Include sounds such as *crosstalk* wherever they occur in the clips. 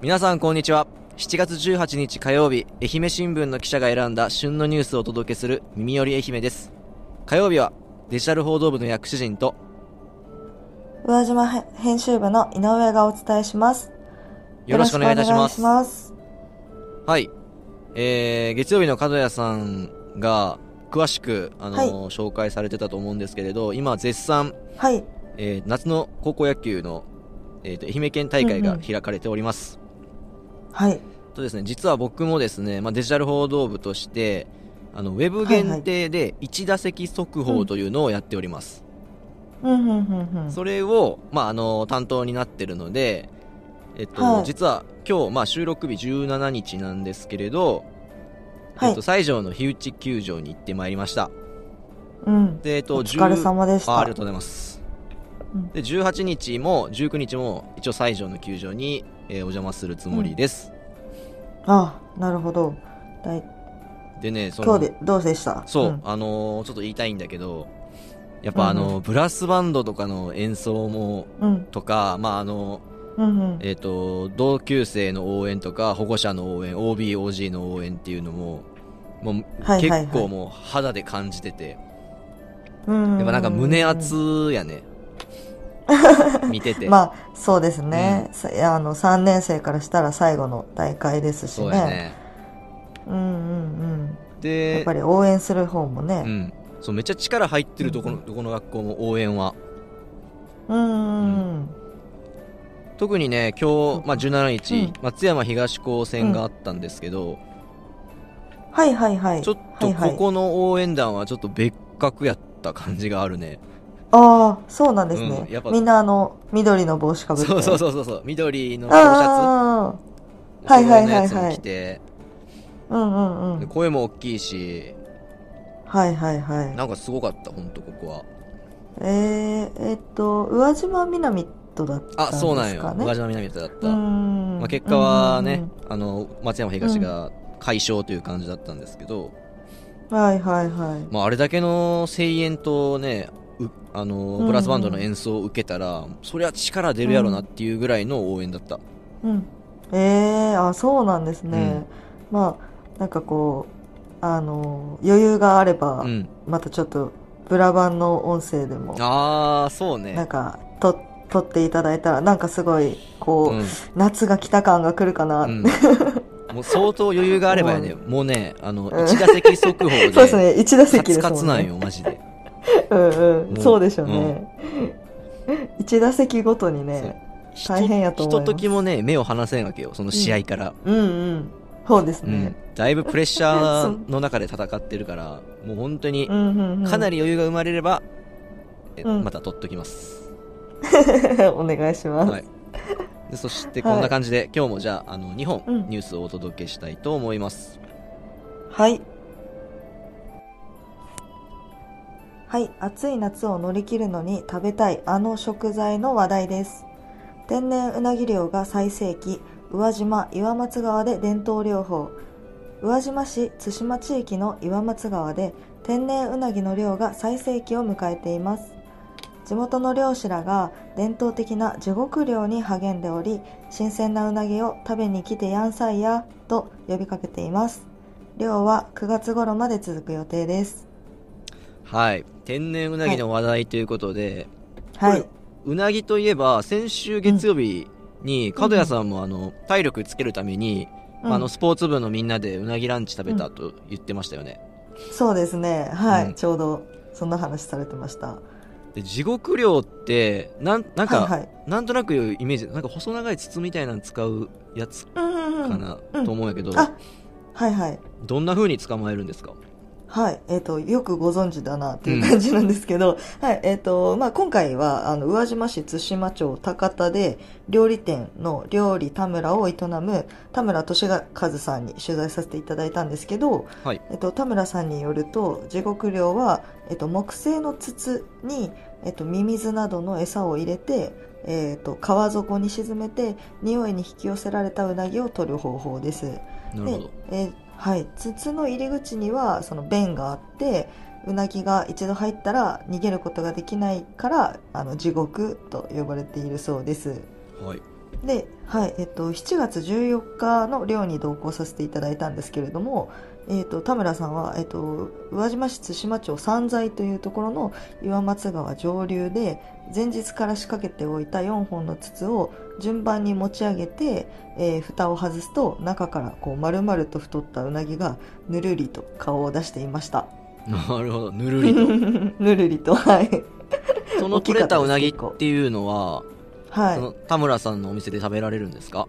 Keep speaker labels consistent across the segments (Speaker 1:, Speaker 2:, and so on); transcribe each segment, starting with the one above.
Speaker 1: 皆さんこんにちは7月18日火曜日愛媛新聞の記者が選んだ旬のニュースをお届けする「耳より愛媛」です火曜日はデジタル報道部の薬師陣と
Speaker 2: 宇和島へ編集部の井上がお伝えします。
Speaker 1: よろしくお願いいたします
Speaker 2: よろくお願いします。
Speaker 1: はいえー、月曜日の角谷さんが詳しく、あのー
Speaker 2: は
Speaker 1: 紹介されてたと思うんですけれど今絶賛、
Speaker 2: はい。
Speaker 1: えー夏の高校野球の、えーと愛媛県大会
Speaker 2: う
Speaker 1: が
Speaker 2: んうん
Speaker 1: 開かれております、
Speaker 2: はい。
Speaker 1: とですね、実は僕もですね、まあ、デジタル報道部として、あの、ウェブ限定で1打席速報というのをやっております。
Speaker 2: うん、うん、うん、うん。
Speaker 1: それを、まあ、あの、担当になってるので、えっと、
Speaker 2: はい
Speaker 1: 実は今日、まあ、収録日17日なんですけれど、
Speaker 2: はい
Speaker 1: えっと、西条の日内球場に行ってまいりました。
Speaker 2: うん。
Speaker 1: で、えっと、
Speaker 2: お疲れ様でし
Speaker 1: ああ
Speaker 2: た
Speaker 1: りが。とうございます。
Speaker 2: うん
Speaker 1: で、18日も19日も、一応西条の球場に、えーお邪魔するつもりです。
Speaker 2: あ、なるほど。だい
Speaker 1: でね、その、
Speaker 2: 今日で、どうでした
Speaker 1: そう、
Speaker 2: ん
Speaker 1: あのーちょっと言いたいんだけど、やっぱあのー
Speaker 2: うんう
Speaker 1: ブラスバンドとかの演奏も、
Speaker 2: うん、
Speaker 1: とか、まああの
Speaker 2: うん、う
Speaker 1: ー
Speaker 2: ん。
Speaker 1: えっ、と、同級生の応援とか、保護者の応援、OB、OG の応援っていうのも、もう、
Speaker 2: はいはいはい
Speaker 1: 結構もう肌で感じてて、
Speaker 2: うん
Speaker 1: やっぱなんか胸。熱や
Speaker 2: *laughs*
Speaker 1: ね。見てて。
Speaker 2: まあ、そうですね。さいやあの、3年生からしたら最後の大会ですしね。
Speaker 1: そうやね。
Speaker 2: うん、うん、うん。やっ
Speaker 1: で
Speaker 2: ぱ、り応援する方も
Speaker 1: う
Speaker 2: ね。
Speaker 1: ん。そう、めっちゃ力入ってるどこの、どこの学校も応援は。
Speaker 2: うん、うん、うん。
Speaker 1: 特にね今日、まあ、17日、
Speaker 2: うん
Speaker 1: 松山東高戦があったんですけど、
Speaker 2: はい、はい、はい。
Speaker 1: ちょっ
Speaker 2: は
Speaker 1: と
Speaker 2: いは
Speaker 1: こ
Speaker 2: い
Speaker 1: この応援団はちょっと別格やった感じがあるね、
Speaker 2: ああ、そうなんですね
Speaker 1: うんやっぱ。
Speaker 2: みんなあの、緑の帽子かぶって。
Speaker 1: そうそう
Speaker 2: う。
Speaker 1: そうそうそう緑のポロシャツ
Speaker 2: ああ、はいはいはいはい
Speaker 1: お揃のやつを着て、
Speaker 2: あ、うんうんう
Speaker 1: で
Speaker 2: ん。
Speaker 1: 声も大きいし
Speaker 2: はいはいはい。
Speaker 1: なんかすごかったほんとここは
Speaker 2: えー、えっと、宇和島みなみとだったん
Speaker 1: あ、
Speaker 2: ですかね。
Speaker 1: そうなんよ宇和島南だった、
Speaker 2: うん。
Speaker 1: まあ、結果はね、
Speaker 2: うんうん
Speaker 1: あの松山東が快勝という感じだったんですけど、
Speaker 2: うん。はいはいはい。
Speaker 1: まあ、あれだけの声援とねうあの
Speaker 2: うん
Speaker 1: ブラスバンドの演奏を受けたら、そりゃ力出るやろなっていうぐらいの応援だった、
Speaker 2: うん。ええー、あ、そうなんですね。まあ、なんかこう、あの、余裕があれば
Speaker 1: う、ん、
Speaker 2: またちょっと、ブラバンの音声でも、
Speaker 1: ああそう
Speaker 2: なん
Speaker 1: ね
Speaker 2: か、と、撮っていただいたら、なんかすごい、こ
Speaker 1: うん、
Speaker 2: う、夏が来た感が来るかな。 *laughs*
Speaker 1: うん、もう相当余裕があればやねもうねあの
Speaker 2: うん
Speaker 1: 1打席速報で
Speaker 2: *laughs* そうですね、一打
Speaker 1: カ
Speaker 2: 席で
Speaker 1: ツ
Speaker 2: すも
Speaker 1: カ
Speaker 2: んね。
Speaker 1: ツなんよマジで
Speaker 2: *laughs* うんう
Speaker 1: も
Speaker 2: ん、
Speaker 1: う
Speaker 2: そうでしょうね。一打席ごとに
Speaker 1: そう
Speaker 2: ね、大変やと思い
Speaker 1: ひ
Speaker 2: ます
Speaker 1: とときもね目を離せんわけよその試合から、
Speaker 2: うんうん、そうです
Speaker 1: うん
Speaker 2: ね。
Speaker 1: だいぶプレッシャーの中で戦ってるから
Speaker 2: *laughs*
Speaker 1: もう本当に
Speaker 2: うんうんうん
Speaker 1: かなり余裕が生まれれば、え
Speaker 2: うん
Speaker 1: また取っときます、
Speaker 2: *laughs* お願いします。
Speaker 1: はい、でそしてこんな感じで、今日もじゃああの2本
Speaker 2: うん
Speaker 1: ニュースをお届けしたいと思います、
Speaker 2: はい。はい、暑い夏を乗り切るのに食べたいあの食材の話題です。天然うなぎ漁が最盛期、宇和島岩松川で伝統漁法。宇和島市津島地域の岩松川で天然うなぎの漁が最盛期を迎えています。地元の漁師らが伝統的な地獄漁に励んでおり、新鮮なうなぎを食べに来てやんさいやと呼びかけています。漁は9月頃まで続く予定です。
Speaker 1: はい天然うなぎの話題ということで、
Speaker 2: は
Speaker 1: こ
Speaker 2: い。
Speaker 1: うなぎといえば先週月曜日に角谷さんもあの体力つけるために、あの
Speaker 2: うん
Speaker 1: スポーツ部のみんなでうなぎランチ食べたと言ってましたよね、
Speaker 2: そうですね。はい、
Speaker 1: うん
Speaker 2: ちょうどそんな話されてました。
Speaker 1: で地獄漁ってなんなんか、
Speaker 2: はいはい。
Speaker 1: なんとなくいうイメージなんか細長い筒みたいなの使うやつ
Speaker 2: うんうんう
Speaker 1: か
Speaker 2: ん
Speaker 1: な
Speaker 2: うん
Speaker 1: と思うんやけど、
Speaker 2: あ、はいはい。
Speaker 1: どんな風に捕まえるんですか
Speaker 2: はい。えっ、と、よくご存知だなっていう感じなんですけど、はい。えっ、と、まあ、今回は、あの、宇和島市津島町高田で、料理店の料理田村を営む田村俊和さんに取材させていただいたんですけど、
Speaker 1: はい
Speaker 2: えっ、と、田村さんによると、地獄漁は、えっ、と、木製の筒に、えっ、と、ミミズなどの餌を入れて、えっ、と、川底に沈めて、匂いに引き寄せられたうなぎを取る方法です。
Speaker 1: なる
Speaker 2: で
Speaker 1: ほど、
Speaker 2: えーはい、筒の入り口にはその弁があってうなぎが一度入ったら逃げることができないからあの地獄と呼ばれているそうです。
Speaker 1: はい *laughs*
Speaker 2: で、はいえっと、7月14日の漁に同行させていただいたんですけれども、えっと、田村さんは、えっと、宇和島市津島町三在というところの岩松川上流で前日から仕掛けておいた4本の筒を順番に持ち上げて、えー蓋を外すと中からこう丸々と太ったうなぎがぬるりと顔を出していました。
Speaker 1: なるほどぬるりと
Speaker 2: ぬるりと、はい。
Speaker 1: その取れたうなぎっていうのは、
Speaker 2: はい。
Speaker 1: その田村さんのお店で食べられるんですか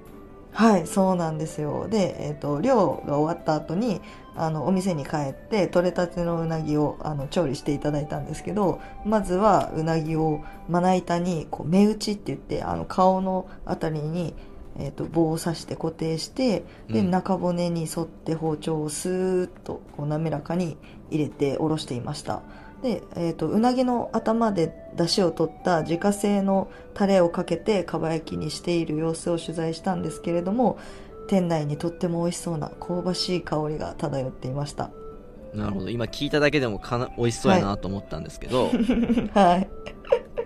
Speaker 2: はい、そうなんですよ。で、えっ、と、漁が終わった後に、あの、お店に帰って、取れたてのうなぎを、あの、調理していただいたんですけど、まずは、うなぎを、まな板に、こう、目打ちって言って、あの、顔のあたりに、えっ、と、棒を刺して固定して、で、
Speaker 1: うん
Speaker 2: 中骨に沿って包丁をスーッと、こう、滑らかに入れて、おろしていました。で、えっ、と、うなぎの頭で出汁を取った自家製のタレをかけてかば焼きにしている様子を取材したんですけれども店内にとっても美味しそうな香ばしい香りが漂っていました *laughs*
Speaker 1: なるほど今聞いただけでもかな美味しそうやなと思ったんですけど、
Speaker 2: はい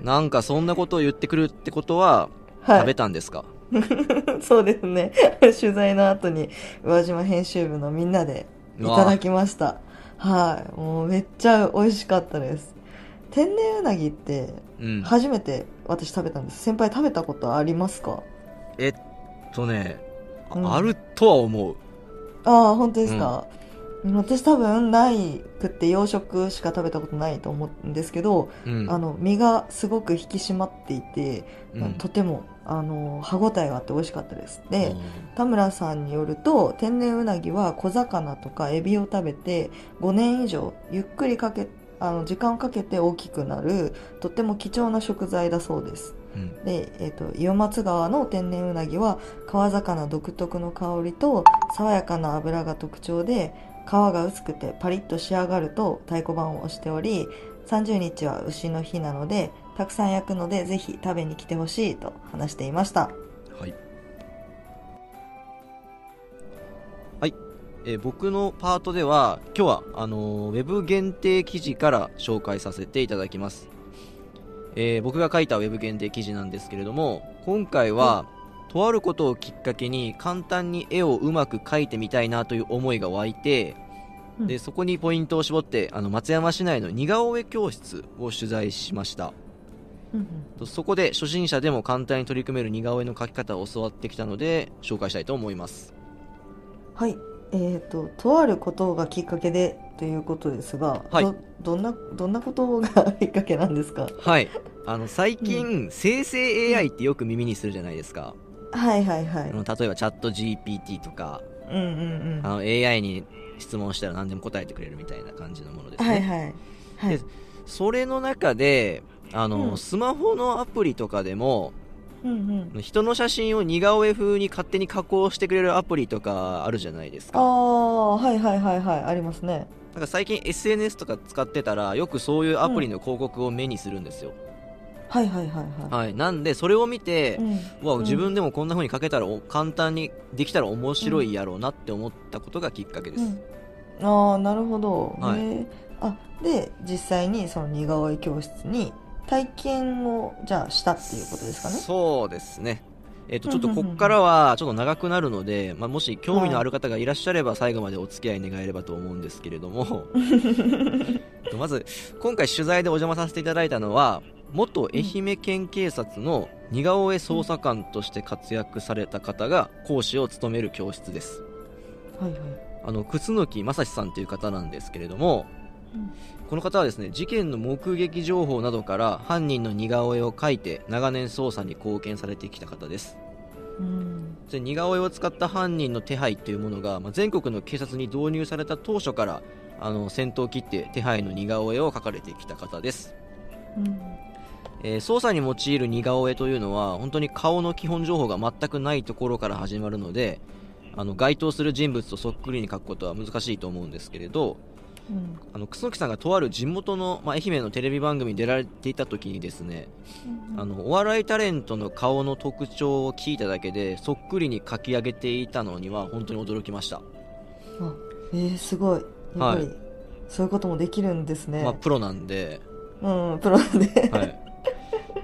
Speaker 1: なんかそんなことを言ってくるってことは
Speaker 2: はい
Speaker 1: 食べたんですか、
Speaker 2: *laughs* そうですね *laughs* 取材の後に宇和島編集部のみんなでいただきましたはいもうめっちゃ美味しかったです天然うなぎって
Speaker 1: うん
Speaker 2: 初めて私食べたんです先輩食べたことありますか
Speaker 1: えっとね、あ
Speaker 2: うん
Speaker 1: あるとは思う
Speaker 2: ああ本当ですか、私多分ないくって養殖しか食べたことないと思うんですけど、
Speaker 1: うん
Speaker 2: あの身がすごく引き締まっていて、
Speaker 1: うん
Speaker 2: とてもあの歯ごたえがあって美味しかったですで、
Speaker 1: うん
Speaker 2: 田村さんによると天然うなぎは小魚とかエビを食べて5年以上ゆっくりかけあの時間をかけて大きくなるとても貴重な食材だそうです
Speaker 1: うん
Speaker 2: で、えっと岩松川の天然うなぎは川魚独特の香りと爽やかな脂が特徴で皮が薄くてパリッと仕上がると太鼓判を押しており30日は牛の日なのでたくさん焼くのでぜひ食べに来てほしいと話していました
Speaker 1: はい、はいえー僕のパートでは今日はあのーウェブ限定記事から紹介させていただきます、えー僕が書いたウェブ限定記事なんですけれども今回は、とあることをきっかけに簡単に絵をうまく描いてみたいなという思いが湧いて、
Speaker 2: うん
Speaker 1: でそこにポイントを絞ってあの松山市内の似顔絵教室を取材しましたとそこで初心者でも簡単に取り組める似顔絵の描き方を教わってきたので紹介したいと思います
Speaker 2: はいえー、ととあることがきっかけでということですが、
Speaker 1: はい
Speaker 2: どどんなどんなことが *laughs* きっかけなんですか
Speaker 1: はいあの最近、生成 AI ってよく耳にするじゃないですか、
Speaker 2: はいはいはい
Speaker 1: あの例えばチャット GPT とか
Speaker 2: うんうんうん
Speaker 1: あの AI に質問したら何でも答えてくれるみたいな感じのものですね、
Speaker 2: はいはいはい
Speaker 1: でそれの中であの、
Speaker 2: うん
Speaker 1: スマホのアプリとかでも
Speaker 2: うんうん
Speaker 1: 人の写真を似顔絵風に勝手に加工してくれるアプリとかあるじゃないです
Speaker 2: あ
Speaker 1: か
Speaker 2: あはいはいはいはいありますね
Speaker 1: なんか最近 SNS とか使ってたらよくそういうアプリの広告を目にするんですよ、
Speaker 2: はいはいはいは
Speaker 1: はい、なんでそれを見て
Speaker 2: い、う、ん、
Speaker 1: うわ
Speaker 2: うん
Speaker 1: 自分でもこんな風に描けたらお簡単にできたら面白いやろうなって思ったことがきっかけです、
Speaker 2: うん、ああなるほど、
Speaker 1: はい
Speaker 2: へえあで実際にその似顔絵教室に体験をじゃあしたっていうことですかね
Speaker 1: そうですねえっと
Speaker 2: うん
Speaker 1: ちょっとこっからはちょっと長くなるので、まあ、もし興味のある方がいらっしゃれば最後までお付き合い願えればと思うんですけれども *laughs* えっとまず今回取材でお邪魔させていただいたのは元愛媛県警察の似顔絵捜査官として活躍された方が講師を務める教室です
Speaker 2: はいはい
Speaker 1: あの楠木正史さんという方なんですけれども、
Speaker 2: うん
Speaker 1: この方はですね事件の目撃情報などから犯人の似顔絵を描いて長年捜査に貢献されてきた方です
Speaker 2: うん
Speaker 1: で似顔絵を使った犯人の手配というものが、まあ、全国の警察に導入された当初からあの先頭を切って手配の似顔絵を描かれてきた方です、
Speaker 2: うん
Speaker 1: えー捜査に用いる似顔絵というのは本当に顔の基本情報が全くないところから始まるのであの該当する人物とそっくりに描くことは難しいと思うんですけれど、
Speaker 2: うん
Speaker 1: あの楠木さんがとある地元の、まあ、愛媛のテレビ番組に出られていた時にですね、あのお笑いタレントの顔の特徴を聞いただけでそっくりに描き上げていたのには本当に驚きました、
Speaker 2: あえー、すごいやっぱり、そういうこともできるんですね、
Speaker 1: まあ、プロなんで、
Speaker 2: うんプロで、 *laughs*
Speaker 1: はい、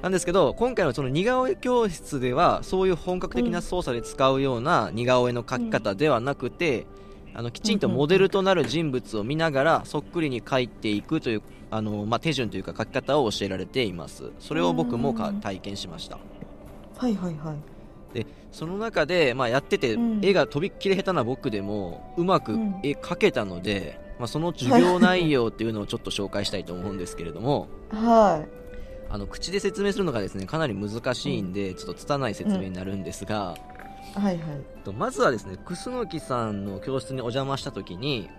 Speaker 1: なんですけど今回のその似顔絵教室ではそういう本格的
Speaker 2: う
Speaker 1: なん操作で使うような似顔絵の描き方ではなくて、あのきちんとモデルとなる人物を見ながらそっくりに描いていくというあの、まあ、手順というか描き方を教えられていますそれを僕もか
Speaker 2: うん
Speaker 1: 体験しました
Speaker 2: はいはいはい
Speaker 1: その中で、まあ、やってて、
Speaker 2: うん
Speaker 1: 絵がとびっきり下手な僕でもうまく
Speaker 2: うん
Speaker 1: 絵描けたので、まあ、その授業内容っていうのをちょっと紹介したいと思うんですけれども
Speaker 2: は
Speaker 1: あの口で説明するのがですねかなり難しいんで、ちょっと拙い説明になるんですが、
Speaker 2: いはいはい
Speaker 1: とまずはですね楠木さんの教室にお邪魔した時に、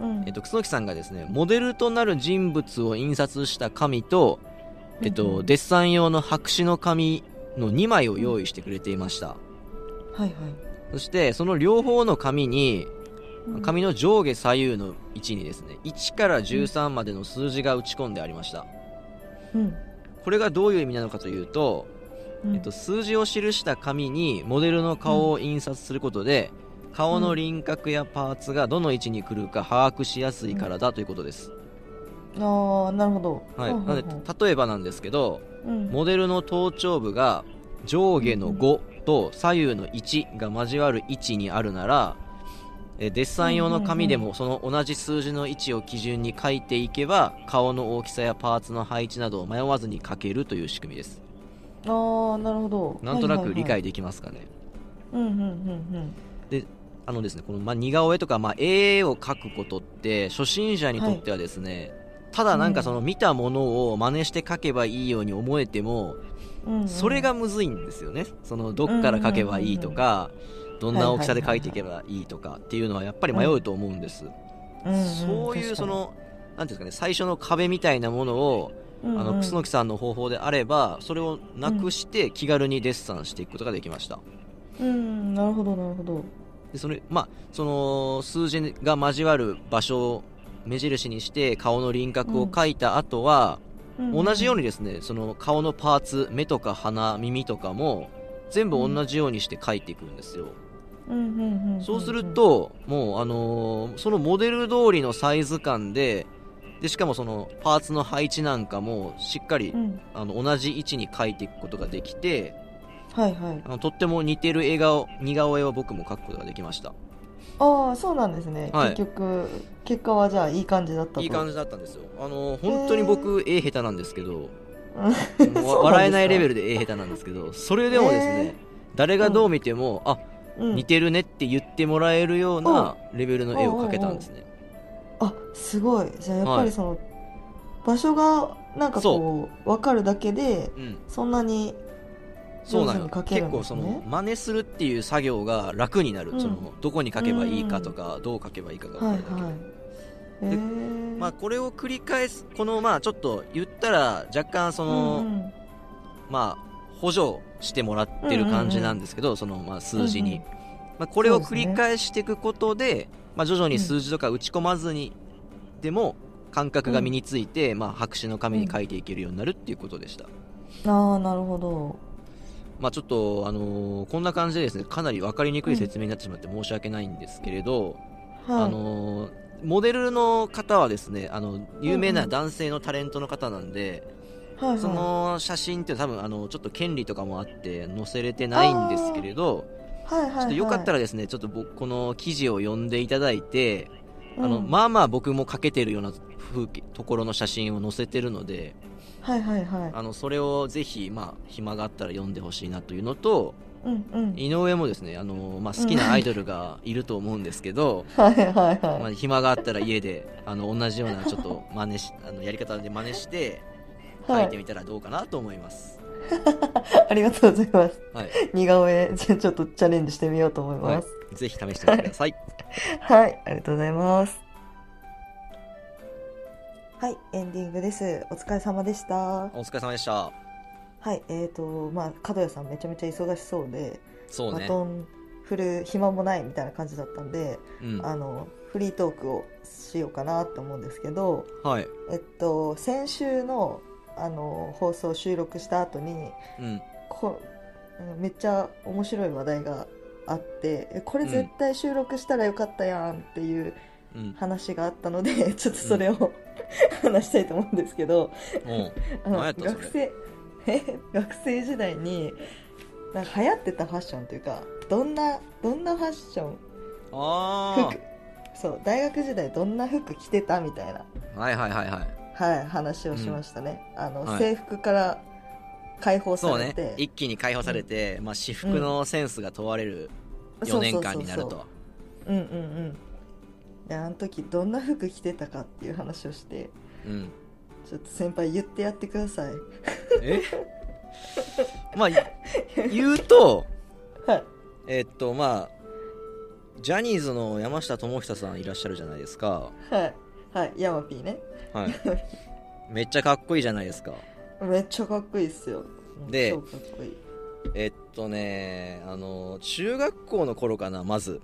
Speaker 2: うん
Speaker 1: えっと、楠木さんがですねモデルとなる人物を印刷した紙と、えっ
Speaker 2: うんう
Speaker 1: と、
Speaker 2: ん
Speaker 1: デッサン用の白紙の紙の2枚を用意してくれていました、
Speaker 2: はいはい
Speaker 1: そしてその両方の紙に
Speaker 2: うん
Speaker 1: 紙の上下左右の位置にですね1から13までの数字が打ち込んでありました
Speaker 2: うん
Speaker 1: これがどういう意味なのかというと、
Speaker 2: うん
Speaker 1: えっと、数字を記した紙にモデルの顔を印刷することで、顔の輪郭やパーツがどの位置に来るか把握しやすいからだということです、
Speaker 2: ああなるほど
Speaker 1: はい、
Speaker 2: ほう
Speaker 1: な
Speaker 2: ほう
Speaker 1: の
Speaker 2: ほう
Speaker 1: で例えばなんですけど
Speaker 2: うん
Speaker 1: モデルの頭頂部が上下の5と左右の1が交わる位置にあるならえデッサン用の紙で
Speaker 2: うんう
Speaker 1: もその同じ数字の位置を基準に書いていけば顔の大きさやパーツの配置などを迷わずに書けるという仕組みです
Speaker 2: ああなるほど
Speaker 1: なんとなく理
Speaker 2: はいはいはい
Speaker 1: 解できますかね、
Speaker 2: うんうんうん
Speaker 1: あのですねこの、まあ、似顔絵とか、まあ、絵を描くことって初心者にとってはですね、ただなんかその見たものを真似して描けばいいように思えても、
Speaker 2: うんうんうん
Speaker 1: それがむずいんですよねそのどっから描けばいいとか、どんな大きさで描いていけばいいとかっていうのはやっぱり迷うと思うんです、
Speaker 2: んん
Speaker 1: そういうそのなんていうんですかね最初の壁みたいなものを、
Speaker 2: 確かに
Speaker 1: あ
Speaker 2: うんう
Speaker 1: の
Speaker 2: ん
Speaker 1: 楠木さんの方法であればそれをなくして気軽にデッサンしていくことができました
Speaker 2: うんなるほどなるほど
Speaker 1: でそれまあその数字が交わる場所を目印にして顔の輪郭を描いた後は、同じようにですねその顔のパーツ目とか鼻耳とかも全部同じようにして描いていくんですよ、
Speaker 2: うんうんんんん
Speaker 1: そうするともうあのーそのモデル通りのサイズ感ででしかもそのパーツの配置なんかもしっかり、
Speaker 2: うん
Speaker 1: あの同じ位置に描いていくことができて
Speaker 2: はいはい
Speaker 1: あのとっても似てる笑顔似顔絵を僕も描くことができました
Speaker 2: ああそうなんですね
Speaker 1: はい
Speaker 2: 結局結果はじゃあいい感じだったと
Speaker 1: いい感じだったんですよあの本当に僕絵下手なんですけど
Speaker 2: うん
Speaker 1: もう
Speaker 2: そうなんですか
Speaker 1: 笑えないレベルで絵下手なんですけどそれでもですね、誰がどう見ても、あ
Speaker 2: うん
Speaker 1: 似てるねって言ってもらえるようなレベルの絵を描けたんですね
Speaker 2: あすごいじゃあやっぱ
Speaker 1: は
Speaker 2: り
Speaker 1: い
Speaker 2: その、場所がなんかこう分かるだけで
Speaker 1: うん
Speaker 2: そんなに
Speaker 1: そうなんよ、
Speaker 2: 上手に描け
Speaker 1: 結
Speaker 2: るん
Speaker 1: 構
Speaker 2: です
Speaker 1: そ
Speaker 2: ね
Speaker 1: の真似するっていう作業が楽になる、
Speaker 2: うん
Speaker 1: そのどこに描けばいいかとか、どう描けばいいかが
Speaker 2: はい
Speaker 1: 分
Speaker 2: は
Speaker 1: か
Speaker 2: い
Speaker 1: るだけで、
Speaker 2: え
Speaker 1: で
Speaker 2: ー、
Speaker 1: まあ、これを繰り返すこのまあちょっと言ったら若干その、
Speaker 2: うんうん
Speaker 1: まあ補助してもらってる感じなんですけど、そのまあ数字に、
Speaker 2: うんうん
Speaker 1: まあ、これを繰り返していくことでまあ、徐々に数字とか打ち込まずにでも感覚が身について、まあ、白紙の紙に書いていけるようになるっていうことでした、
Speaker 2: ああなるほど
Speaker 1: まあ、ちょっと、あのーこんな感じでですねかなり分かりにくい説明になってしまって申し訳ないんですけれど、
Speaker 2: はい
Speaker 1: あのーモデルの方はですねあの有名な男性のタレントの方なんで、
Speaker 2: はいはい
Speaker 1: その写真って多分あのちょっと権利とかもあって載せれてないんですけれど、
Speaker 2: はいはいはい
Speaker 1: ちょっとよかったらですねちょっと僕この記事を読んでいただいて、あの
Speaker 2: うん
Speaker 1: まあまあ僕もかけてるような風景ところの写真を載せてるので
Speaker 2: はいはいはい
Speaker 1: あのそれをぜひまあ暇があったら読んでほしいなというのと
Speaker 2: うんうん
Speaker 1: 井上もですねあの、まあ、好きなアイドルがいると思うんですけど、
Speaker 2: はいはいはい、
Speaker 1: まあ、暇があったら家であの同じようなちょっと真似しあのやり方で真似して
Speaker 2: は
Speaker 1: 書
Speaker 2: い
Speaker 1: いてみたらどうかなと思います。
Speaker 2: *laughs* ありがとうございます
Speaker 1: はい
Speaker 2: 似顔絵じゃあちょっとチャレンジしてみようと思います
Speaker 1: ぜひ試してみてください。
Speaker 2: はい、ありがとうございます。はい、エンディングです。お疲れ様でした。は
Speaker 1: お疲れ様でした。
Speaker 2: い、えっ、と、まあ、角谷さんめちゃめちゃ忙しそうで、
Speaker 1: そう
Speaker 2: バ
Speaker 1: ね。
Speaker 2: トン振る暇もないみたいな感じだったんで、
Speaker 1: うん。
Speaker 2: あの、フリートークをしようかなと思うんですけど、
Speaker 1: はい。
Speaker 2: えっと、先週の、あの、放送収録した後に、
Speaker 1: うん。
Speaker 2: こめっちゃ面白い話題があって、えこれ絶対収録したらよかったやんっていう、
Speaker 1: うん。
Speaker 2: 話があったのでちょっとそれを話したいと思うんですけど *laughs*
Speaker 1: もう。
Speaker 2: あの
Speaker 1: 何やったそれ
Speaker 2: 学生え学生時代になんか流行ってたファッションというかどんなどんなファッション
Speaker 1: あ
Speaker 2: 服そう大学時代どんな服着てたみたいな、
Speaker 1: あはいはいはいはい
Speaker 2: はい、話をしましたね、あの
Speaker 1: はい
Speaker 2: 制服から解放
Speaker 1: そ
Speaker 2: さ
Speaker 1: う
Speaker 2: れ
Speaker 1: ね
Speaker 2: て、
Speaker 1: 一気に解放されて、まあ、私服のセンスが問われる
Speaker 2: そ
Speaker 1: 4
Speaker 2: うそ
Speaker 1: 年
Speaker 2: うそうそう
Speaker 1: 間になると
Speaker 2: うんうんうんであの時どんな服着てたかっていう話をして
Speaker 1: うん
Speaker 2: ちょっと先輩言ってやってください
Speaker 1: え *laughs* まあ言うと
Speaker 2: はい
Speaker 1: えっとまあジャニーズの山下智久さんいらっしゃるじゃないですか
Speaker 2: はいはいヤマピーね
Speaker 1: はい
Speaker 2: *laughs*
Speaker 1: めっちゃかっこいいじゃないですか
Speaker 2: めっちゃかっこいいっすよ
Speaker 1: で
Speaker 2: 超かっこいい
Speaker 1: えっとねあの中学校の頃かなまず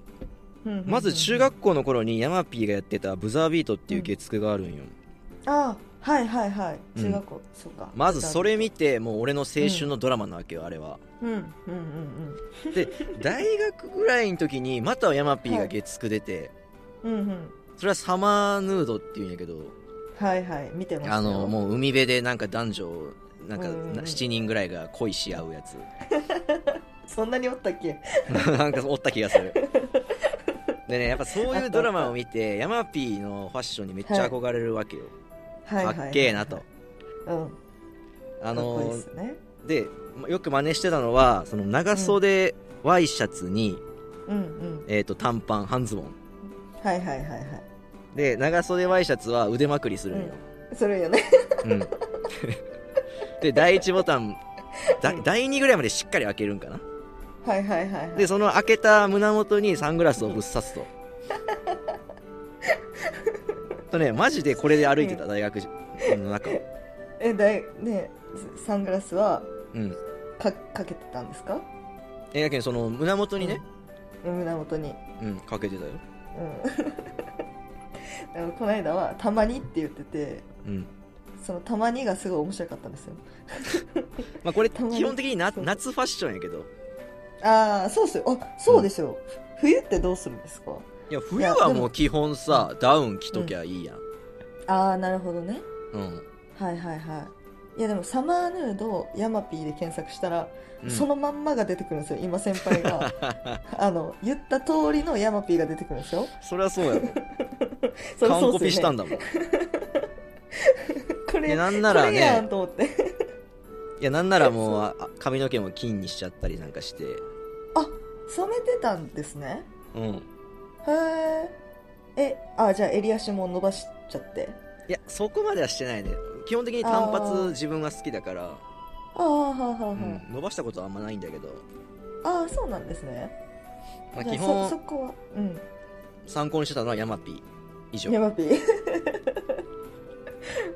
Speaker 2: うんうんうん
Speaker 1: まず中学校の頃にヤマピーがやってた「ブザービート」っていう月9があるんよ、
Speaker 2: ああはいはいは
Speaker 1: う
Speaker 2: い
Speaker 1: ん
Speaker 2: 中学校、そうか
Speaker 1: まずそれ見てもう俺の青春のドラマなわけよあれは
Speaker 2: うんうんうんうん
Speaker 1: で大学ぐらいの時にまたヤマピーが月9出て
Speaker 2: うんうん
Speaker 1: それはサマーヌードっていうんやけど
Speaker 2: はいはい見てましたよ
Speaker 1: あのもう海辺でなんか男女なんか
Speaker 2: うんうんうん
Speaker 1: 7人ぐらいが恋し合うやつ *laughs*
Speaker 2: そんなにおったっけ
Speaker 1: なんかおった気がするでねやっぱそういうドラマを見てヤマピーのファッションにめっちゃ憧れるわけよ、
Speaker 2: はいはい
Speaker 1: かっけえなと
Speaker 2: うん
Speaker 1: あ
Speaker 2: かっこい
Speaker 1: の
Speaker 2: いっすね
Speaker 1: でよく真似してたのはその長袖ワイシャツに、
Speaker 2: うんうん
Speaker 1: えー、と短パン半ズボン
Speaker 2: はいはいはいはい
Speaker 1: で長袖ワイシャツは腕まくりするんよ、
Speaker 2: それよね *laughs*
Speaker 1: うん *laughs* で第1ボタンだ
Speaker 2: うん
Speaker 1: 第2ぐらいまでしっかり開けるんかな
Speaker 2: はいはいはいはい
Speaker 1: でその開けた胸元にサングラスをぶっ刺すと *laughs* とねマジでこれで歩いてた大学の中を
Speaker 2: えだいねサングラスは
Speaker 1: うん
Speaker 2: かかけてたんですか
Speaker 1: えだけどその胸元にね、
Speaker 2: うん胸元に
Speaker 1: うん、かけてたよ
Speaker 2: うん *laughs* でもこの間は「たまに」って言ってて
Speaker 1: うん
Speaker 2: その「たまに」がすごい面白かったんですよ
Speaker 1: まあこれ
Speaker 2: たまに
Speaker 1: 基本的にな
Speaker 2: そう
Speaker 1: 夏ファッションやけど
Speaker 2: ああそうっすよあそうですよ、冬ってどうするんですか
Speaker 1: いや冬はもう基本さダウン着ときゃいいやん
Speaker 2: ああなるほどね
Speaker 1: うん、
Speaker 2: はいはいはいいやでもサマーヌードヤマピーで検索したら、
Speaker 1: うん
Speaker 2: そのまんまが出てくるんですよ今先輩
Speaker 1: *laughs*
Speaker 2: があの言った通りのヤマピーが出てくるんですよ
Speaker 1: それはそうやろ
Speaker 2: *laughs* それ
Speaker 1: 完
Speaker 2: そう
Speaker 1: コ
Speaker 2: っすよね
Speaker 1: ピしたんだ
Speaker 2: *laughs*
Speaker 1: もん
Speaker 2: これ
Speaker 1: でなんならね
Speaker 2: これやんと思って
Speaker 1: いやなんならもうあ髪の毛も金にしちゃったりなんかして
Speaker 2: あ染めてたんですね
Speaker 1: うん
Speaker 2: へええあじゃあ襟足も伸ばしちゃって
Speaker 1: いやそこまではしてないね基本的に単
Speaker 2: あ
Speaker 1: 発
Speaker 2: ー
Speaker 1: 自分が好きだから、
Speaker 2: ああはあはあは
Speaker 1: う
Speaker 2: あ、
Speaker 1: ん伸ばしたことはあんまないんだけど、
Speaker 2: ああそうなんですね、
Speaker 1: まあ、
Speaker 2: じゃあ
Speaker 1: 基
Speaker 2: そそ
Speaker 1: 本
Speaker 2: こはうん
Speaker 1: 参考にしてたのはヤマピー以上
Speaker 2: ヤマピー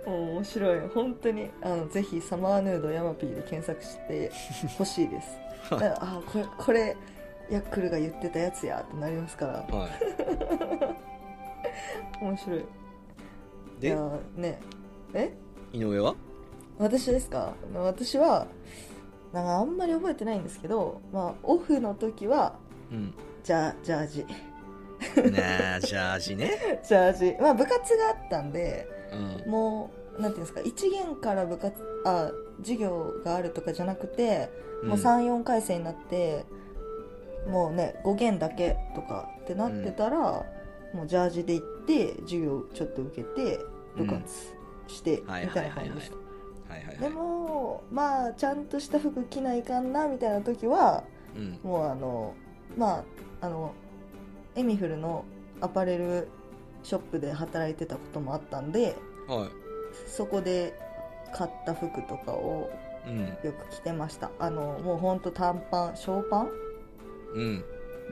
Speaker 2: もう *laughs* 面白い本当にあのぜひサマーヌードヤマピーで検索してほし
Speaker 1: *laughs*
Speaker 2: いですだからあーこれこれヤックルが言ってたやつやってなりますから
Speaker 1: はい
Speaker 2: 面白いい
Speaker 1: で
Speaker 2: やーねえ
Speaker 1: 井上は
Speaker 2: 私ですか私はなんかあんまり覚えてないんですけど、まあ、オフの時は *laughs*
Speaker 1: うん
Speaker 2: ジャジャ *laughs* ージ
Speaker 1: ねえジャージね
Speaker 2: ジャージ、まあ、部活があったんで
Speaker 1: うん
Speaker 2: もうなんていうんですか1限から部活あ授業があるとかじゃなくて、もう34回生になってもうね5限だけとかってなってたら、もうジャージで行って授業ちょっと受けて部活して、
Speaker 1: んはい
Speaker 2: み
Speaker 1: はい
Speaker 2: た
Speaker 1: はいいはい
Speaker 2: な感じでした。
Speaker 1: はいはいはい
Speaker 2: でもまあちゃんとした服着ないかんなみたいな時は
Speaker 1: うん
Speaker 2: もうあのまああのエミフルのアパレルショップで働いてたこともあったんで
Speaker 1: は
Speaker 2: そこで買った服とかを
Speaker 1: いうん
Speaker 2: よく着てましたあのもうほんと短パンショーパン
Speaker 1: うん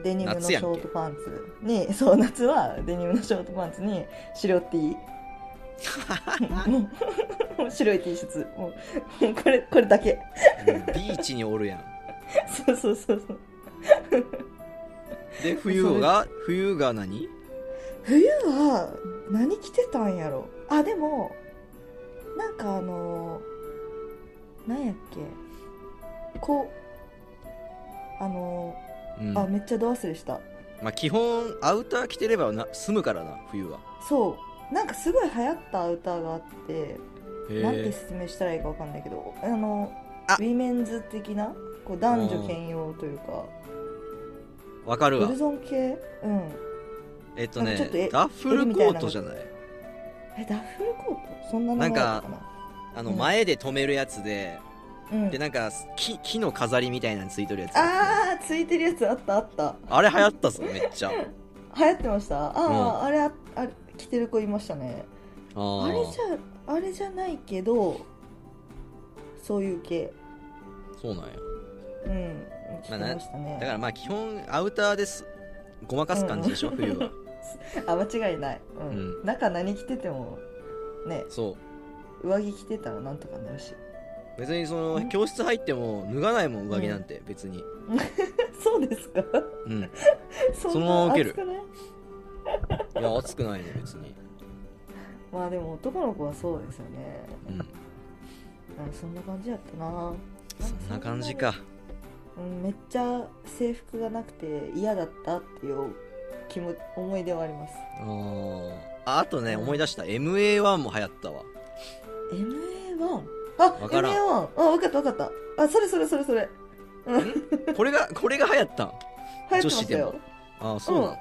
Speaker 2: デニムのシ
Speaker 1: 夏やんけ
Speaker 2: ョートパンツにそう夏はデニムのショートパンツに白 T もうもう白い T シャツもうもうこれこれだけ
Speaker 1: ビーチにおるやん
Speaker 2: そうそうそうそう
Speaker 1: で冬が冬が何
Speaker 2: 冬は何着てたんやろあでもなんかあのなんやっけこうあの
Speaker 1: うん
Speaker 2: あめっちゃど忘れした
Speaker 1: まあ、基本アウター着てればな済むからな冬は
Speaker 2: そうなんかすごい流行ったアウターがあってなんて
Speaker 1: へえ
Speaker 2: 説明したらいいかわかんないけどあの
Speaker 1: ああ
Speaker 2: ウィメンズ的なこう男女兼用というか
Speaker 1: わかる
Speaker 2: ブ
Speaker 1: わ
Speaker 2: ル。ゾン系うん
Speaker 1: えっと
Speaker 2: なんかちょっ
Speaker 1: ね
Speaker 2: とえ、
Speaker 1: ダッフルコートじゃない
Speaker 2: えダッフルコートそんな名前だったかな
Speaker 1: あの、
Speaker 2: うん
Speaker 1: 前で止めるやつで、
Speaker 2: うん
Speaker 1: で、なんか、木、木の飾りみたいなのついてるやつ。
Speaker 2: あーついてるやつあったあった
Speaker 1: あれ流行ったぞ、めっちゃ。
Speaker 2: 流行ってましたああ、あれああれ着てる子いましたね
Speaker 1: あー
Speaker 2: あれじゃあれじゃないけどそういう系
Speaker 1: そうなんや。
Speaker 2: うん着
Speaker 1: ま
Speaker 2: て
Speaker 1: あな
Speaker 2: ましたね、
Speaker 1: だからまあ基本アウターですごまかす感じでしょ、
Speaker 2: うん
Speaker 1: 冬は
Speaker 2: *laughs* あ間違いない、うん
Speaker 1: うん
Speaker 2: 中何着ててもね
Speaker 1: そ
Speaker 2: 上着着てたらなんとかなるし *laughs*
Speaker 1: う別にその
Speaker 2: ん
Speaker 1: 教室入っても脱がないもん上着なんて別に
Speaker 2: そうですか *laughs*
Speaker 1: うんい
Speaker 2: そ
Speaker 1: そ
Speaker 2: ん
Speaker 1: のま
Speaker 2: な
Speaker 1: ま受ける
Speaker 2: 暑くない
Speaker 1: や暑くないね別に
Speaker 2: まあでも男の子はそうですよね、
Speaker 1: うん
Speaker 2: うん、そんな感じやったな
Speaker 1: そんな感じか
Speaker 2: うん、めっちゃ制服がなくて嫌だったっていう気も思い出はあります
Speaker 1: あーああとね思い出した MA1 も流行ったわ
Speaker 2: MA1 あ
Speaker 1: わからん
Speaker 2: MA1 あ分かった分かったあそれそれそれそれ
Speaker 1: これ *laughs* がこれが流行ったん
Speaker 2: 流行ってましたよ
Speaker 1: ああそうなん、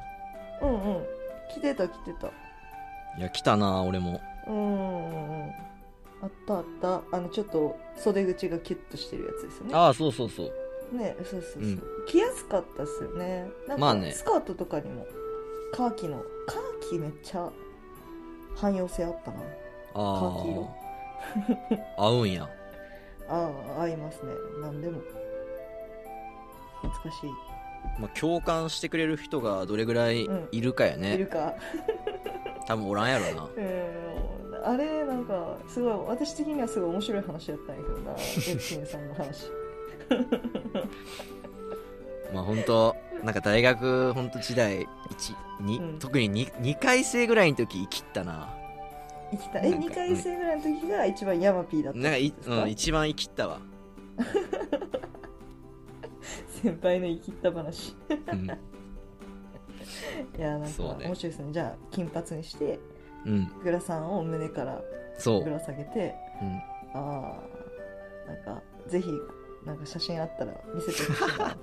Speaker 2: うんうん着てた着てた
Speaker 1: いや来たな俺も
Speaker 2: うんうんうんあったあったあのちょっと袖口がキュッとしてるやつですよね
Speaker 1: ああそうそうそう
Speaker 2: ねそうそうそう、
Speaker 1: うん
Speaker 2: 着やすかったっすよねなん
Speaker 1: まあ
Speaker 2: か
Speaker 1: ね
Speaker 2: スカートとかにもカーキのカーキめっちゃ汎用性あったなカーキ
Speaker 1: *laughs*
Speaker 2: 色
Speaker 1: ああ合うんや
Speaker 2: ああ合いますね何でも懐かしい
Speaker 1: まあ、共感してくれる人がどれぐらいいるかや
Speaker 2: い
Speaker 1: ね、
Speaker 2: るか
Speaker 1: 多分おらんやろな
Speaker 2: うんあれなんかすごい私的にはすごい面白い話やったんやけ
Speaker 1: *laughs*
Speaker 2: どなエルキンさんの話
Speaker 1: まあ本当なんか大学本当時代12、
Speaker 2: うん
Speaker 1: 特に 2, 2回生ぐらいの時生きったな
Speaker 2: 生きたえ
Speaker 1: なんか
Speaker 2: 2回生ぐらいの時が一番ヤマピーだった
Speaker 1: なんかい
Speaker 2: んです
Speaker 1: うん、一番生きったわ、
Speaker 2: 先輩の生きった *laughs* 話
Speaker 1: うん
Speaker 2: いやなんか
Speaker 1: そうね
Speaker 2: 面白いですねじゃあ金髪にして
Speaker 1: うん、
Speaker 2: グラサンを胸から
Speaker 1: そ
Speaker 2: ぶ
Speaker 1: う、
Speaker 2: ら下げて
Speaker 1: うん、
Speaker 2: ああなんかぜひなんか写真あったら見せてほしいな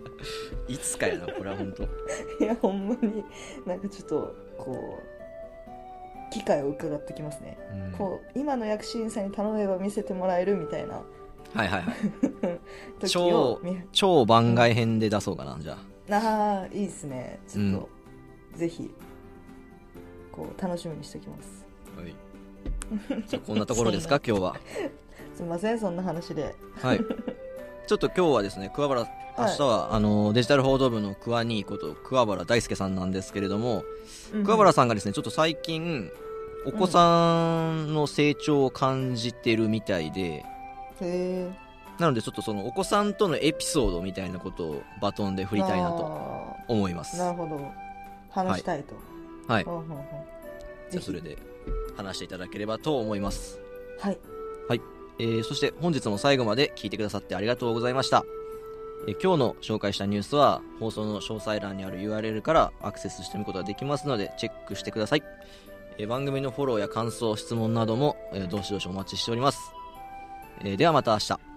Speaker 1: いつかやなこれは本当 *laughs*
Speaker 2: いやほんまになんかちょっとこう機会を伺ってきますね、
Speaker 1: うん
Speaker 2: こう今の薬師院さんに頼めば見せてもらえるみたいな
Speaker 1: はいはいはい
Speaker 2: 時を見
Speaker 1: 超番外編で出そうかなじゃあ
Speaker 2: ああいいですねちょっと、ぜひこう楽しみにしておきます
Speaker 1: はいじゃあこんなところです
Speaker 2: *laughs*
Speaker 1: か今日は
Speaker 2: すみませんそんな話で
Speaker 1: はいちょっと今日はですね桑原明日は、あのデジタル報道部の桑兄こと桑原大輔さんなんですけれども、桑原さんがですねちょっと最近お子さんの成長を感じてるみたいで、
Speaker 2: うんへえ
Speaker 1: なのでちょっとそのお子さんとのエピソードみたいなことをバトンで振りたいなと
Speaker 2: と
Speaker 1: 思います
Speaker 2: な
Speaker 1: は
Speaker 2: るほど話したいと、
Speaker 1: い
Speaker 2: ほうほうほう
Speaker 1: じゃあ
Speaker 2: ぜひ
Speaker 1: それで話していただければと思います、
Speaker 2: はい
Speaker 1: えーそして本日も最後まで聞いてくださってありがとうございました、えー今日の紹介したニュースは放送の詳細欄にある URL からアクセスしてみることができますのでチェックしてください、えー番組のフォローや感想質問なども、えーどしどしお待ちしております、えーではまた明日